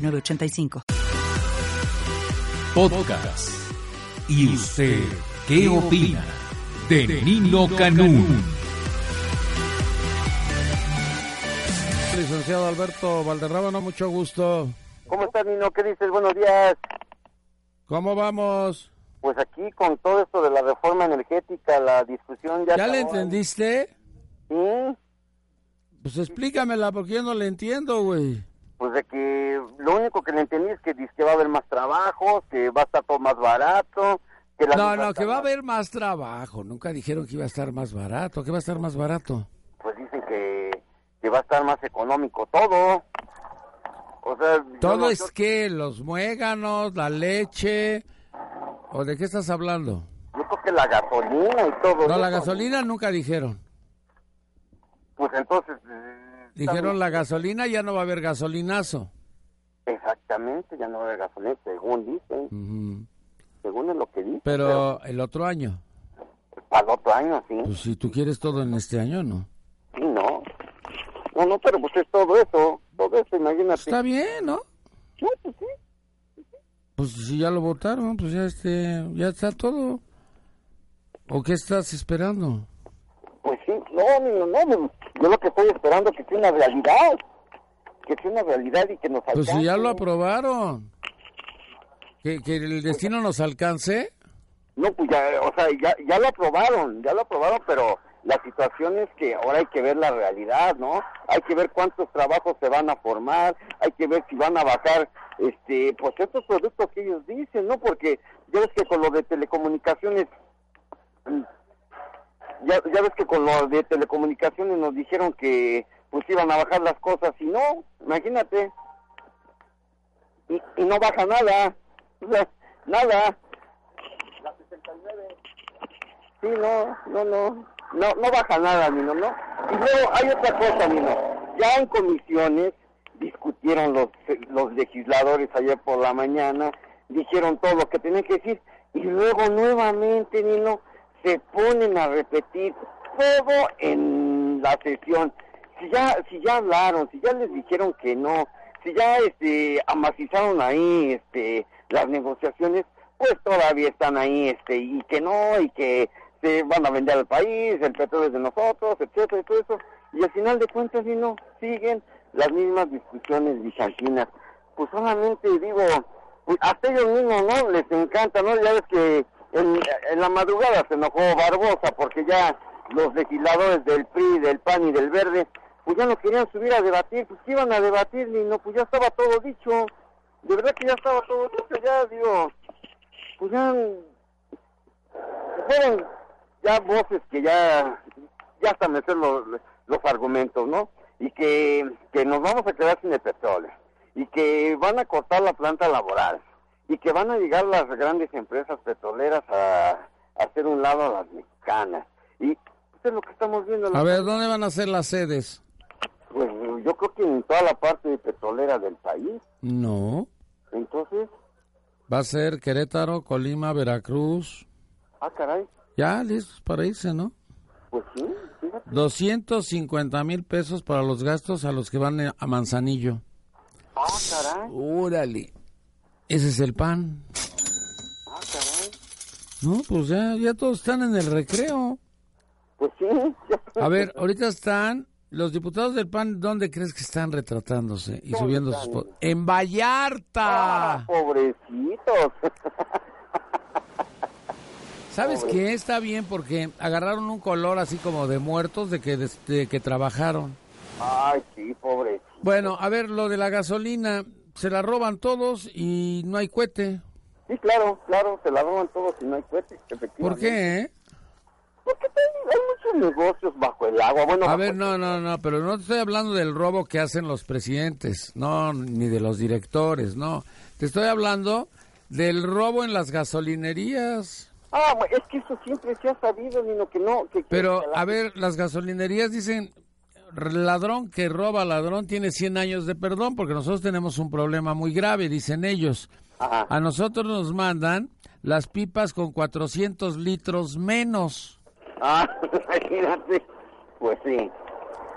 985. Podcast. ¿Y usted qué opina de Nino Canún? Licenciado Alberto Valderrábano, mucho gusto. ¿Cómo estás, Nino? ¿Qué dices? Buenos días. ¿Cómo vamos? Pues aquí con todo esto de la reforma energética, la discusión ya... ¿Ya le acabó. entendiste? Sí, Pues explícamela porque yo no le entiendo, güey. pues de que lo único que le entendí es que dice que va a haber más trabajos, que va a estar todo más barato, que la No, luz va no, estar que va a más- haber más trabajo. Nunca dijeron que iba a estar más barato. ¿Qué va a estar más barato? Pues dicen que, que va a estar más económico todo. O sea... yo no- Todo yo- es que los muéganos, la leche. ¿O de qué estás hablando? Yo creo que la gasolina y todo No, la eso. gasolina nunca dijeron. Pues entonces... eh, Dijeron la gasolina ya no va a haber gasolinazo. Exactamente, ya no va a haber gasolina, según dicen, Ujú. según es lo que dicen. Pero el otro año. Para el otro año, sí. Pues si tú quieres todo en este año, ¿no? Sí, no. No, no, pero pues es todo eso. Todo eso, imagínate. Está bien, ¿no? No, pues sí. Pues si ya lo votaron, pues ya este, ya está todo. ¿O qué estás esperando? Pues sí. No, no, no, no. Yo lo que estoy esperando es que sea una realidad. Que sea una realidad y que nos Pues alcance. si ya lo aprobaron. Que, que el destino nos alcance. No, pues ya, o sea, ya, ya lo aprobaron, ya lo aprobaron, pero la situación es que ahora hay que ver la realidad, ¿no? Hay que ver cuántos trabajos se van a formar, hay que ver si van a bajar, este, pues estos productos que ellos dicen, ¿no? Porque ya ves que con lo de telecomunicaciones, mm, ya, ya ves que con lo de telecomunicaciones nos dijeron que pues iban a bajar las cosas y no, imagínate, y, y no baja nada, o sea, nada. Sí, no, no, no. No, no baja nada, Nino, ¿no? Y luego hay otra cosa, Nino. Ya en comisiones discutieron los, los legisladores ayer por la mañana, dijeron todo lo que tenían que decir, y luego nuevamente, Nino, se ponen a repetir todo en la sesión. Si ya, si ya hablaron, si ya les dijeron que no, si ya este, amacizaron ahí este, las negociaciones, pues todavía están ahí este y que no y que se van a vender al país, el petróleo es de nosotros, etcétera y todo eso. Y al final de cuentas, si no, siguen las mismas discusiones bizantinas. Pues solamente digo, pues hasta ellos mismos, ¿no? Les encanta, ¿no? Ya ves que en, en la madrugada se enojó Barbosa porque ya los legisladores del PRI, del PAN y del Verde, pues ya no querían subir a debatir, pues ¿qué iban a debatir, no, pues ya estaba todo dicho. De verdad que ya estaba todo dicho, ya digo, pues ya fueron ya voces que ya ya hasta meter los, los argumentos no y que, que nos vamos a quedar sin el petróleo y que van a cortar la planta laboral y que van a llegar las grandes empresas petroleras a, a hacer un lado a las mexicanas y pues, es lo que estamos viendo A ver, ¿dónde van a ser las sedes? pues yo creo que en toda la parte petrolera del país No. entonces Va a ser Querétaro, Colima, Veracruz. ah caray Ya, listos para irse, ¿no? pues sí fíjate 250 mil pesos para los gastos a los que van a Manzanillo. ah caray Órale. Ese es el pan. ah caray No, pues ya, ya todos están en el recreo. pues sí A ver, ahorita están los diputados del PAN, ¿dónde crees que están retratándose y subiendo sus fotos? En Ah, Vallarta. pobrecitos. ¿Sabes qué? Está bien porque agarraron un color así como de muertos de que des- de que trabajaron. Ay, sí, pobrecitos. Bueno, a ver, lo de la gasolina, se la roban todos y no hay cohete. Sí, claro, claro, se la roban todos y no hay cohetes, efectivamente. ¿Por qué? eh? Porque hay, hay muchos negocios bajo el agua. Bueno, pues, A bajo ver, el- no, no, no, pero no te estoy hablando del robo que hacen los presidentes, no, ni de los directores, no. Te estoy hablando del robo en las gasolinerías. Ah, bueno, es que eso siempre se ha sabido, Nino, que no. Que, que- que Pero, la- a ver, las gasolinerías dicen, ladrón que roba ladrón tiene 100 años de perdón, porque nosotros tenemos un problema muy grave, dicen ellos. Ajá. A nosotros nos mandan las pipas con 400 litros menos. Ah, imagínate. Pues sí.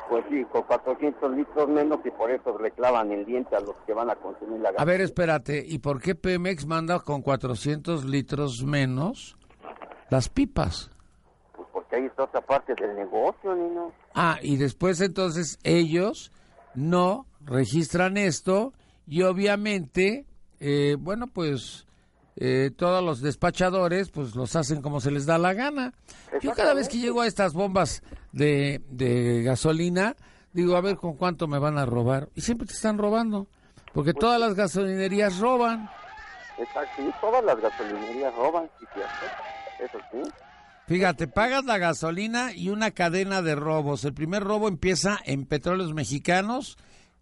Pues sí, con 400 litros menos y por eso le clavan el diente a los que van a consumir la A gasolina. ver, espérate, ¿y por qué Pemex manda con 400 litros menos las pipas? Pues porque ahí está otra parte del negocio, Nino. Ah, y después entonces ellos no registran esto y obviamente, eh, bueno, pues eh, todos los despachadores pues los hacen como se les da la gana. Yo cada vez que llego a estas bombas de, de gasolina, digo, a ver con cuánto me van a robar. Y siempre te están robando, porque todas las gasolinerías roban. Exacto, y todas las gasolinerías roban, sí, cierto. Eso sí. Fíjate, pagas la gasolina y una cadena de robos. El primer robo empieza en Petróleos Mexicanos,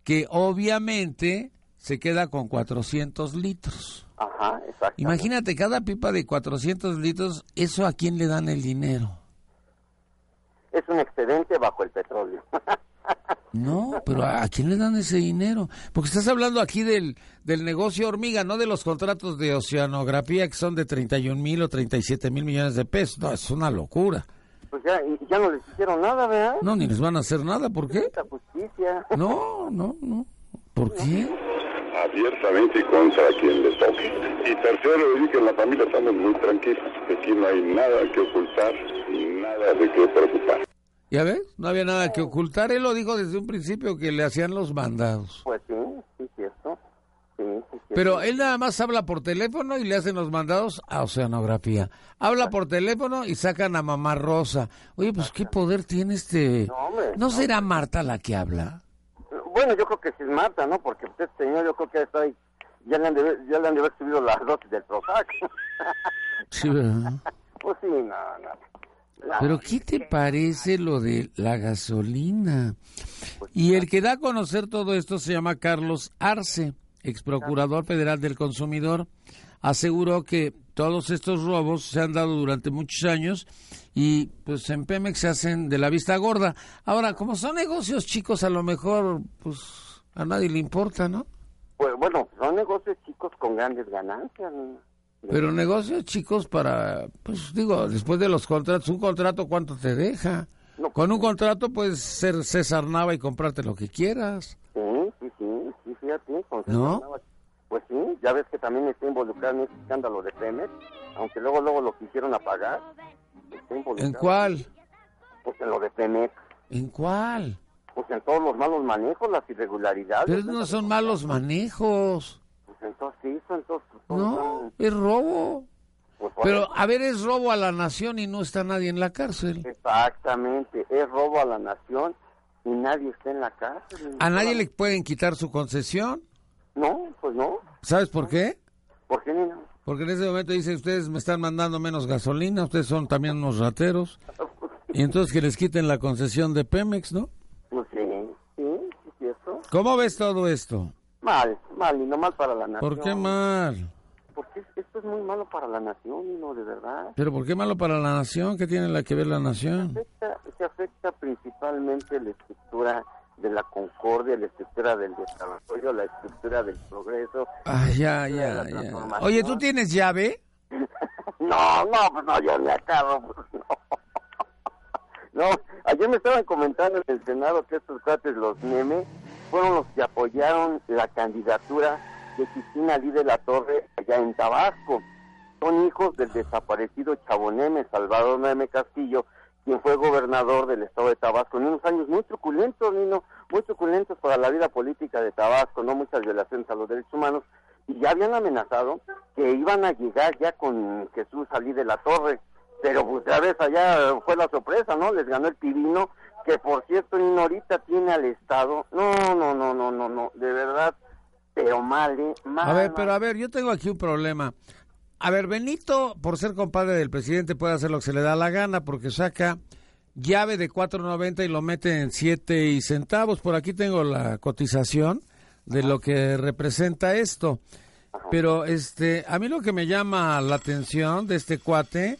que obviamente se queda con 400 litros. Ajá, exacto. Imagínate, cada pipa de 400 litros, ¿eso a quién le dan el dinero? Es un excedente bajo el petróleo. No, pero ¿a a quién le dan ese dinero? Porque estás hablando aquí del, del negocio hormiga, no de los contratos de oceanografía que son de 31 mil o 37 mil millones de pesos. No, es una locura. pues ya, y ya no les hicieron nada, ¿verdad? No, ni les van a hacer nada, ¿por qué? Esta justicia. No, no, no. ¿Por qué? abiertamente y contra quien le toque. Y tercero, decir que en la familia estamos muy tranquilos, que aquí no hay nada que ocultar y nada de qué preocupar. Ya ves, no había nada que ocultar. Él lo dijo desde un principio que le hacían los mandados. Pues sí, sí, cierto. Sí, sí, cierto. Pero él nada más habla por teléfono y le hacen los mandados a Oceanografía. Habla por teléfono y sacan a Mamá Rosa. Oye, pues qué poder tiene este... No, hombre, ¿No será Marta la que habla? Bueno, yo creo que sí es Marta, ¿no? Porque usted, señor, yo creo que está ahí. Ya le han de, ver- ya le han de haber subido las dosis del Prozac. Sí, ¿verdad? pues sí, no, no. No, Pero ¿qué te parece lo de la gasolina? Y el que da a conocer todo esto se llama Carlos Arce, ex procurador federal del consumidor. Aseguró que todos estos robos se han dado durante muchos años y pues en Pemex se hacen de la vista gorda. Ahora, como son negocios chicos, a lo mejor pues a nadie le importa, ¿no? pues, bueno, son negocios chicos con grandes ganancias. ¿no? Pero negocios chicos para, pues digo, después de los contratos, un contrato cuánto te deja. No. Con un contrato puedes ser César Nava y comprarte lo que quieras. Sí, sí, sí, sí, fíjate. con ¿No? César Navas. Pues sí, ya ves que también está involucrado en este escándalo de Pemex, aunque luego luego lo quisieron apagar. Está involucrado. ¿En cuál? Pues en lo de Pemex. ¿En cuál? Pues en todos los malos manejos, las irregularidades. Pero no son malos manejos. Pues entonces sí, eso, entonces... pues, No, son- es robo. pues, Pero, a ver, es robo a la nación y no está nadie en la cárcel. Exactamente, es robo a la nación y nadie está en la cárcel. A nadie le pueden quitar su concesión. No, pues no. ¿Sabes por qué? ¿Por qué no? Porque en ese momento dice, ustedes me están mandando menos gasolina, ustedes son también unos rateros. Y entonces que les quiten la concesión de Pemex, ¿no? Pues sí, sí, sí, es cierto. ¿Cómo ves todo esto? Mal, mal, y no mal para la nación. ¿Por qué mal? Porque es- esto es muy malo para la nación, no, de verdad. ¿Pero por qué malo para la nación? ¿Qué tiene la que ver la nación? Afecta- se afecta principalmente la estructura de la concordia, la estructura del desarrollo, la estructura del progreso. Ah, ya, ya, ya. Oye, ¿tú tienes llave? No, no, pues no, yo me acabo, pues no. No, ayer me estaban comentando en el Senado que estos cuates, los memes, fueron los que apoyaron la candidatura de Cristina Lí de la Torre allá en Tabasco. Son hijos del desaparecido Chavo Neme, Salvador Neme Castillo, quien fue gobernador del estado de Tabasco en unos años muy truculentos, Nino, muy truculentos para la vida política de Tabasco, no muchas violaciones a los derechos humanos, y ya habían amenazado que iban a llegar ya con Jesús Salí de la Torre, pero pues ya ves, allá fue la sorpresa, ¿no? Les ganó el Pirino, que por cierto, Nino, ahorita tiene al Estado, no, no, no, no, no, no, de verdad, pero mal, ¿eh? Mal, A ver, mal. pero a ver, yo tengo aquí un problema. a ver, Benito, por ser compadre del presidente, puede hacer lo que se le da la gana porque saca llave de 4.90 y lo mete en 7 y centavos. Por aquí tengo la cotización de lo que representa esto. Pero este, a mí lo que me llama la atención de este cuate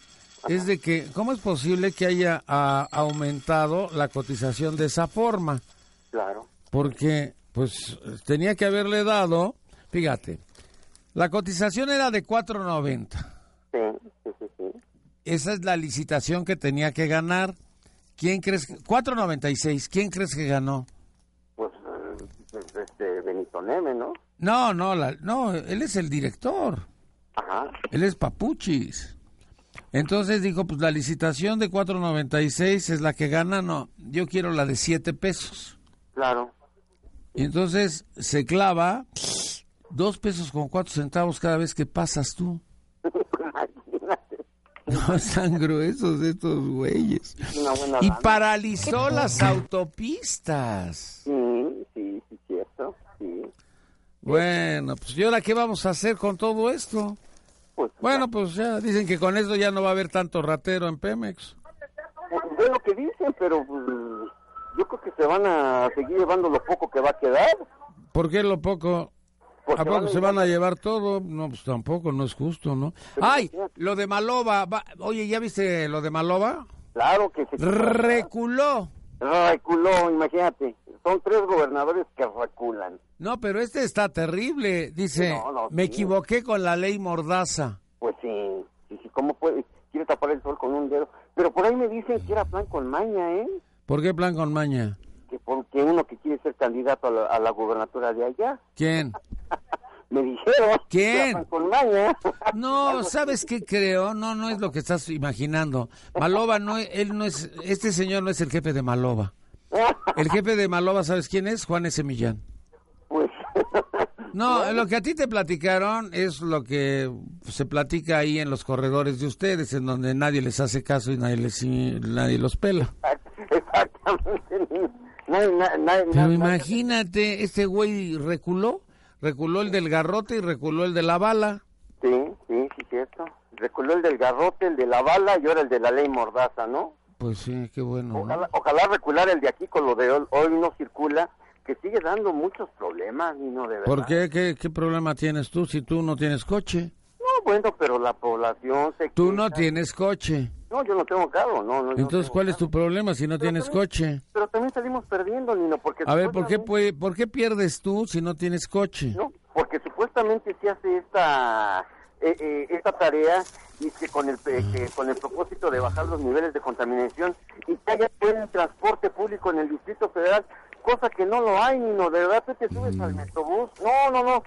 es de que cómo es posible que haya ah, aumentado la cotización de esa forma, Claro. porque pues tenía que haberle dado, fíjate, la cotización era de 4.90. Sí, sí, sí, sí. Esa es la licitación que tenía que ganar. ¿Quién crees? que- 4.96. ¿Quién crees que ganó? Pues, eh, pues, este, Benito Neme, ¿no? No, no, la- no, él es el director. Ajá. Él es Papuchis. Entonces dijo, pues la licitación de 4.96 es la que gana, no, yo quiero la de 7 pesos. Claro. Y entonces se clava 2 pesos con 4 centavos cada vez que pasas tú. Imagínate. No están gruesos estos güeyes. Una buena Y lana. paralizó las autopistas. Sí, sí, sí, cierto. Sí. Bueno, pues ¿y ahora qué vamos a hacer con todo esto? Pues, Bueno, pues ya dicen que con esto ya no va a haber tanto ratero en Pemex. Pues, es lo que dicen, pero pues, yo creo que se van a seguir llevando lo poco que va a quedar. ¿Por qué lo poco? Porque ¿A poco van a se van a llevar todo? No, pues tampoco, no es justo, ¿no? ¡Ay! Lo de Maloba. va- Oye, ¿ya viste lo de Maloba? Claro que se... Reculó. Reculó, imagínate. Son tres gobernadores que reculan. No, pero este está terrible. Dice, No, no, me sí. equivoqué con la ley Mordaza. Pues sí, sí, sí, ¿cómo puede? Quiere tapar el sol con un dedo. Pero por ahí me dicen que era plan con maña, ¿eh? ¿Por qué plan con maña? Que porque uno que quiere ser candidato a la, a la gubernatura de allá. ¿Quién? Me dijeron. ¿Quién? que era plan con ¿eh?". maña. No, ¿sabes qué creo? No, no es lo que estás imaginando. Maloba no, e- él no es, este señor no es el jefe de Maloba. El jefe de Maloba, ¿sabes quién es? Juan S. Millán. pues. No, lo que a ti te platicaron es lo que se platica ahí en los corredores de ustedes, en donde nadie les hace caso y nadie, les, nadie los pela. Exactamente. Nadie- na- nadie- Pero nadie- imagínate, este güey reculó, reculó el del garrote y reculó el de la bala. Sí, sí, sí, cierto. Reculó el del garrote, el de la bala y ahora el de la ley mordaza, ¿no? Pues sí, qué bueno. ¿no? Ojalá, ojalá recular el de aquí con lo de hoy, hoy no circula, que sigue dando muchos problemas, no de verdad. ¿Por qué? ¿Qué, qué problema tienes tú si tú no tienes coche? No, bueno, pero la población se Tú queja. no tienes coche. No, yo no tengo carro, no, Pues no. yo no Entonces, tengo ¿cuál es carro. tu problema si no tienes coche? Pero también salimos perdiendo, Nino, porque... A ver, ¿por qué, supuestamente- pue- ¿por qué pierdes tú si no tienes coche? No, porque supuestamente se hace esta... eh, eh, esta tarea y que con el eh, que con el propósito de bajar los niveles de contaminación y que haya buen transporte público en el Distrito Federal, cosa que no lo hay, Nino, de verdad tú te subes Mm. al Metrobús, no, no, no,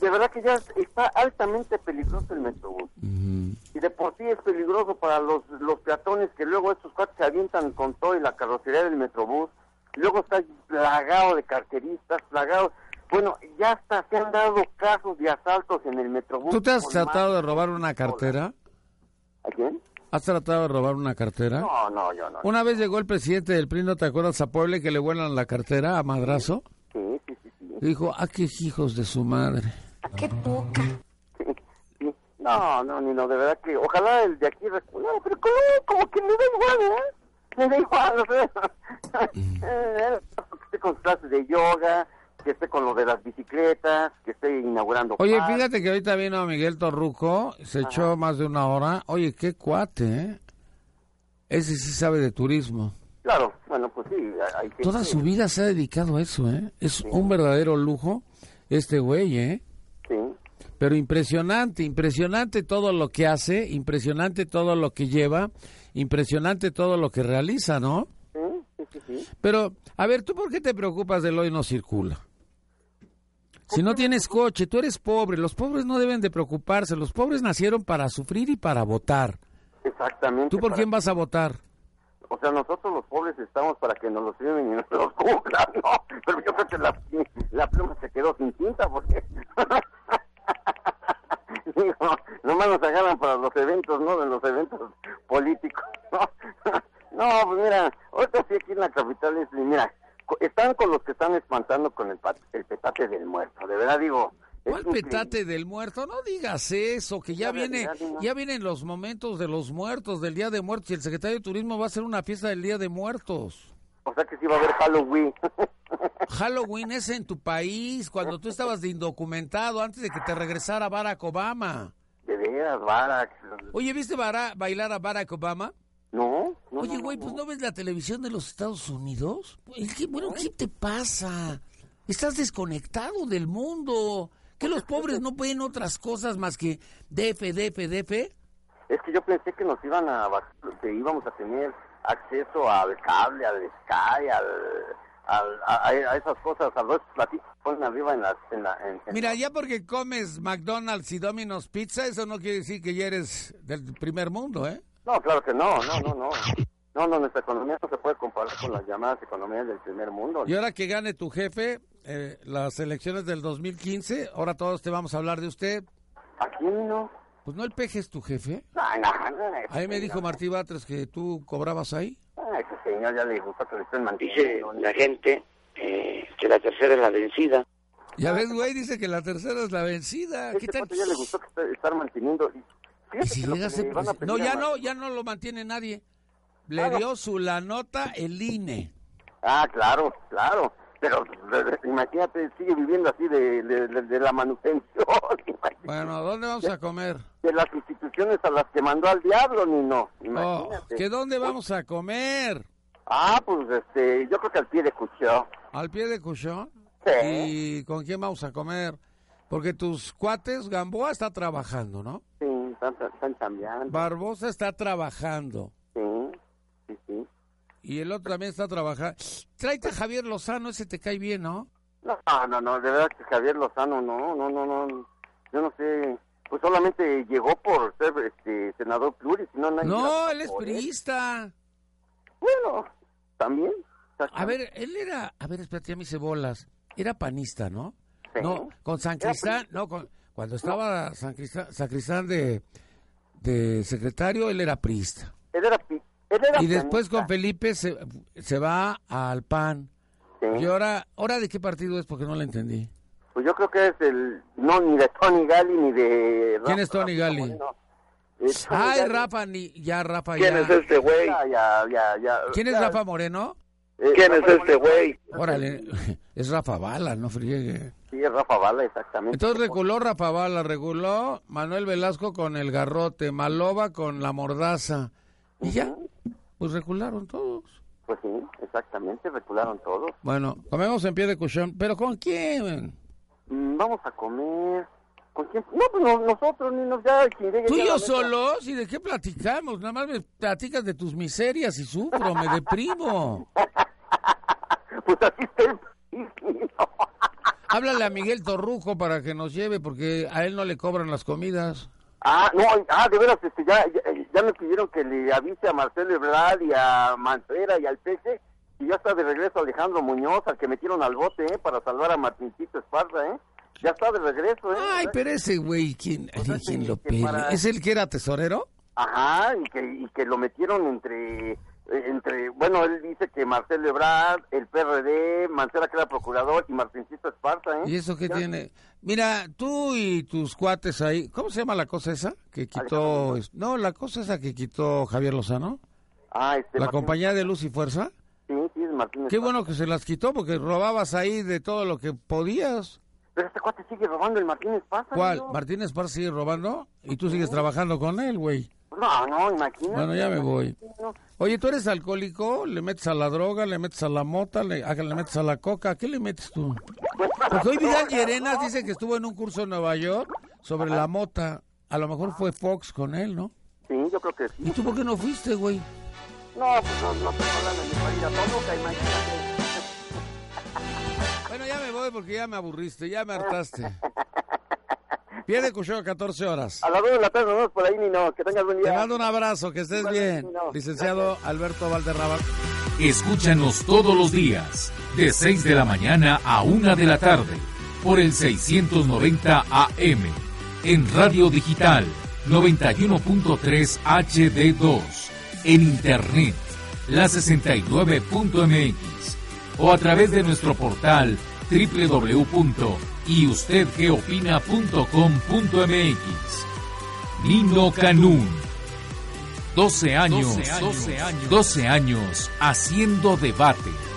de verdad que ya está altamente peligroso el Metrobús. Y de por sí es peligroso para los, los peatones que luego estos cuates se avientan con todo y la carrocería del Metrobús. Luego está plagado de carteristas, plagado... Bueno, ya hasta se han dado casos de asaltos en el Metrobús. ¿Tú te has con tratado de más- robar una cartera? ¿A quién? ¿Has tratado de robar una cartera? No, no, yo no. Una vez llegó el presidente del PRI, ¿no te acuerdas a Puebla que le vuelan la cartera a madrazo? Sí, sí, sí, sí. Dijo, ¿a qué hijos de su madre? sí. No, no, Nino, de verdad que ojalá el de aquí... recu- No, pero como, como que me da igual, ¿eh? Me da igual, o sea, Mm. eh, que esté con clases de yoga, que esté con lo de las bicicletas, que esté inaugurando... Oye, parques. fíjate que ahorita vino Miguel Torruco, se echó más de una hora. Oye, qué cuate, ¿eh? Ese sí sabe de turismo. Claro, bueno, pues sí, hay que... Toda su vida se ha dedicado a eso, ¿eh? Es un verdadero lujo este güey, ¿eh? Sí, Pero impresionante, impresionante todo lo que hace, impresionante todo lo que lleva, impresionante todo lo que realiza, ¿no? sí, sí, sí, sí. Pero, a ver, ¿tú por qué te preocupas del hoy no circula? Si no tienes coche, tú eres pobre, los pobres no deben de preocuparse, los pobres nacieron para sufrir y para votar. exactamente. ¿Tú por para- quién vas a votar? O sea, nosotros los pobres estamos para que nos los sirven y nos los cubran, ¿no? Pero yo creo que la, la pluma se quedó sin tinta porque... Digo, nomás nos agarran para los eventos, ¿no? De los eventos políticos, ¿no? No, pues mira, ahorita sí aquí en la capital es, mira, co- están con los que están espantando con el, pat- el petate del muerto, de verdad digo, ¿Cuál un petate del muerto? No digas eso, que ya La viene, realidad, ¿no? ya vienen los momentos de los muertos, del Día de Muertos, y el secretario de Turismo va a hacer una fiesta del Día de Muertos. O sea que sí va a haber Halloween. Halloween es en tu país, cuando tú estabas de indocumentado, antes de que te regresara Barack Obama. de veras, Barack. Oye, ¿viste bara- bailar a Barack Obama? No, no. Oye, no, güey, no, pues no. Pues, no ves la televisión de los Estados Unidos. Güey, ¿qué- bueno, ¿qué te pasa? Estás desconectado del mundo. ¿Que los pobres no ven otras cosas más que DF, DF, DF? Es que yo pensé que nos iban a. vac- que íbamos a tener acceso al cable, al Sky, al. al- a, a- a esas cosas, a los platitos que ponen arriba en las. En la, en- en- Mira, ya porque comes McDonald's y Domino's Pizza, eso no quiere decir que ya eres del primer mundo, ¿eh? No, claro que no, no, no, no. No, no, nuestra economía no se puede comparar con las llamadas economías del primer mundo. Y ahora que gane tu jefe eh, las elecciones del 2015, ahora todos te vamos a hablar de usted. ¿A quién no? Pues no el peje es tu jefe. Ay, no, no, no, A mí me no, dijo Martí Batres que tú cobrabas ahí. Ah, ese señor ya le gusta que le estén Dice manteniendo. la gente eh, que la tercera es la vencida. Ya ves, güey, dice que la tercera es la vencida. Ah, ¿Qué Este tal? cuate ya le gustó que esté- estar manteniendo. Y ¿Y fíjate si que lo que llega a le ser van a presi- pedir No, a ya Mar- no, ya no lo mantiene nadie. Le Ah, no. dio su la nota el INE. Ah, claro, claro. Pero de- de- imagínate, sigue viviendo así de, de- de- de la manutención. imagínate. Bueno, ¿a ¿dónde vamos a comer? De las instituciones a las que mandó al diablo, ni no. Oh, Imagínate. ¿Que dónde vamos a comer? Ah, pues este, yo creo que al pie de cuchillo. Al pie de Cuchón. Sí. ¿Y con quién vamos a comer? Porque tus cuates, Gamboa está trabajando, ¿no? Sí, están, están cambiando. Barbosa está trabajando. Sí, sí, sí. Y el otro también está trabajando. Tráete a Javier Lozano, ese te cae bien, ¿no? No, no, no, de verdad que Javier Lozano, no, no, no, no. Yo no sé. Pues solamente llegó por ser este, senador pluris, no, nadie No, la- él es por priista. Bueno, también. A ver, él era, a ver, espérate, a mis cebolas. Era panista, ¿no? Sí. No, con San Cristán, no, con, cuando estaba San Cristán, San Cristán de, de secretario, él era priista. Él era. pi- Él era Y después con panista, Felipe se, se va al PAN. sí. Y ahora, ¿ahora de qué partido es? Porque no la entendí. Pues yo creo que es el. No, ni de Tony Gali ni de. ¿Quién es Tony Gali? Moreno. Eh, Tony Ay, Gali- Rafa, ni, ya, Rafa, ¿Quién ya. es este güey? Ya, ya, ya, ya. ¿Quién es Ya, Rafa Moreno? eh, ¿Quién es Rafa este Moreno. güey? Órale, es Rafa Bala, no friegue. Sí, es Rafa Bala, exactamente. Entonces reguló Rafa Bala, reguló Manuel Velasco con el garrote, Maloba con la mordaza. Y ya, pues regularon todos. Pues sí, exactamente, recularon todos. Bueno, comemos en pie de cuchón, pero ¿con quién? Mm, Vamos a comer. ¿Con quién? No, pues no- nosotros ni nos ya. quien llegue Tú ya y a la yo mesa. solos, ¿y de qué platicamos? Nada más me platicas de tus miserias y sufro, me deprimo. Pues así está el país, ¿no? Háblale a Miguel Torrujo para que nos lleve, porque a él no le cobran las comidas. Ah, no, ah, de veras, este, ya, ya, ya me pidieron que le avise a Marcelo Ebrard y a Mancera y al Peche. Y ya está de regreso Alejandro Muñoz, al que metieron al bote, ¿eh? Para salvar a Martincito Esparza, ¿eh? Ya está de regreso, ¿eh? Ay, pero ese güey, ¿quién, sea, quién que- lo que pela? para- ¿Es el que era tesorero? Ajá, y que, y que lo metieron entre, eh, entre, bueno, él dice que Marcelo Ebrard, el PRD, Mancera que era procurador y Martincito Esparza, ¿eh? ¿Y eso qué Ya- tiene? Mira, tú y tus cuates ahí, ¿cómo se llama la cosa esa que quitó? es- No, la cosa esa que quitó Javier Lozano, Ah, este, la Martín- compañía de Luz y Fuerza. Sí, sí, es Martín Qué Esparza. bueno que se las quitó porque robabas ahí de todo lo que podías. Pero este cuate sigue robando el Martín Esparza. ¿Cuál? ¿no? Martínez Parra sigue robando y tú sigues trabajando con él, güey. No, no, imagínate. Bueno, ya me voy. No, Oye, ¿tú eres alcohólico? ¿Le metes a la droga? ¿Le metes a la mota? ¿Le, a- le metes a la coca? ¿A qué le metes tú? pues, Porque hoy Vidal Llerenas dice que estuvo en un curso en Nueva York sobre la mota. A lo mejor fue Fox con él, ¿no? Sí, yo creo que sí. ¿Y tú por qué no fuiste, güey? No, pues no, no te hablan de mi país a Toluca, imagínate. Bueno, ya me voy porque ya me aburriste, ya me hartaste. Pie de Cuchillo, 14 horas. A las dos de la tarde nos vemos por ahí, Nino. Que tengas buen día. Te mando un abrazo, que estés bien. Licenciado Alberto Valderrama. Escúchanos todos los días, de 6 de la mañana a 1 de la tarde, por el 690 AM, en Radio Digital 91.3 HD2, en Internet, la 69.mx, o a través de nuestro portal www.yustedqueopina.com.mx Nino Canún 12 años, 12 años, 12 años haciendo debate.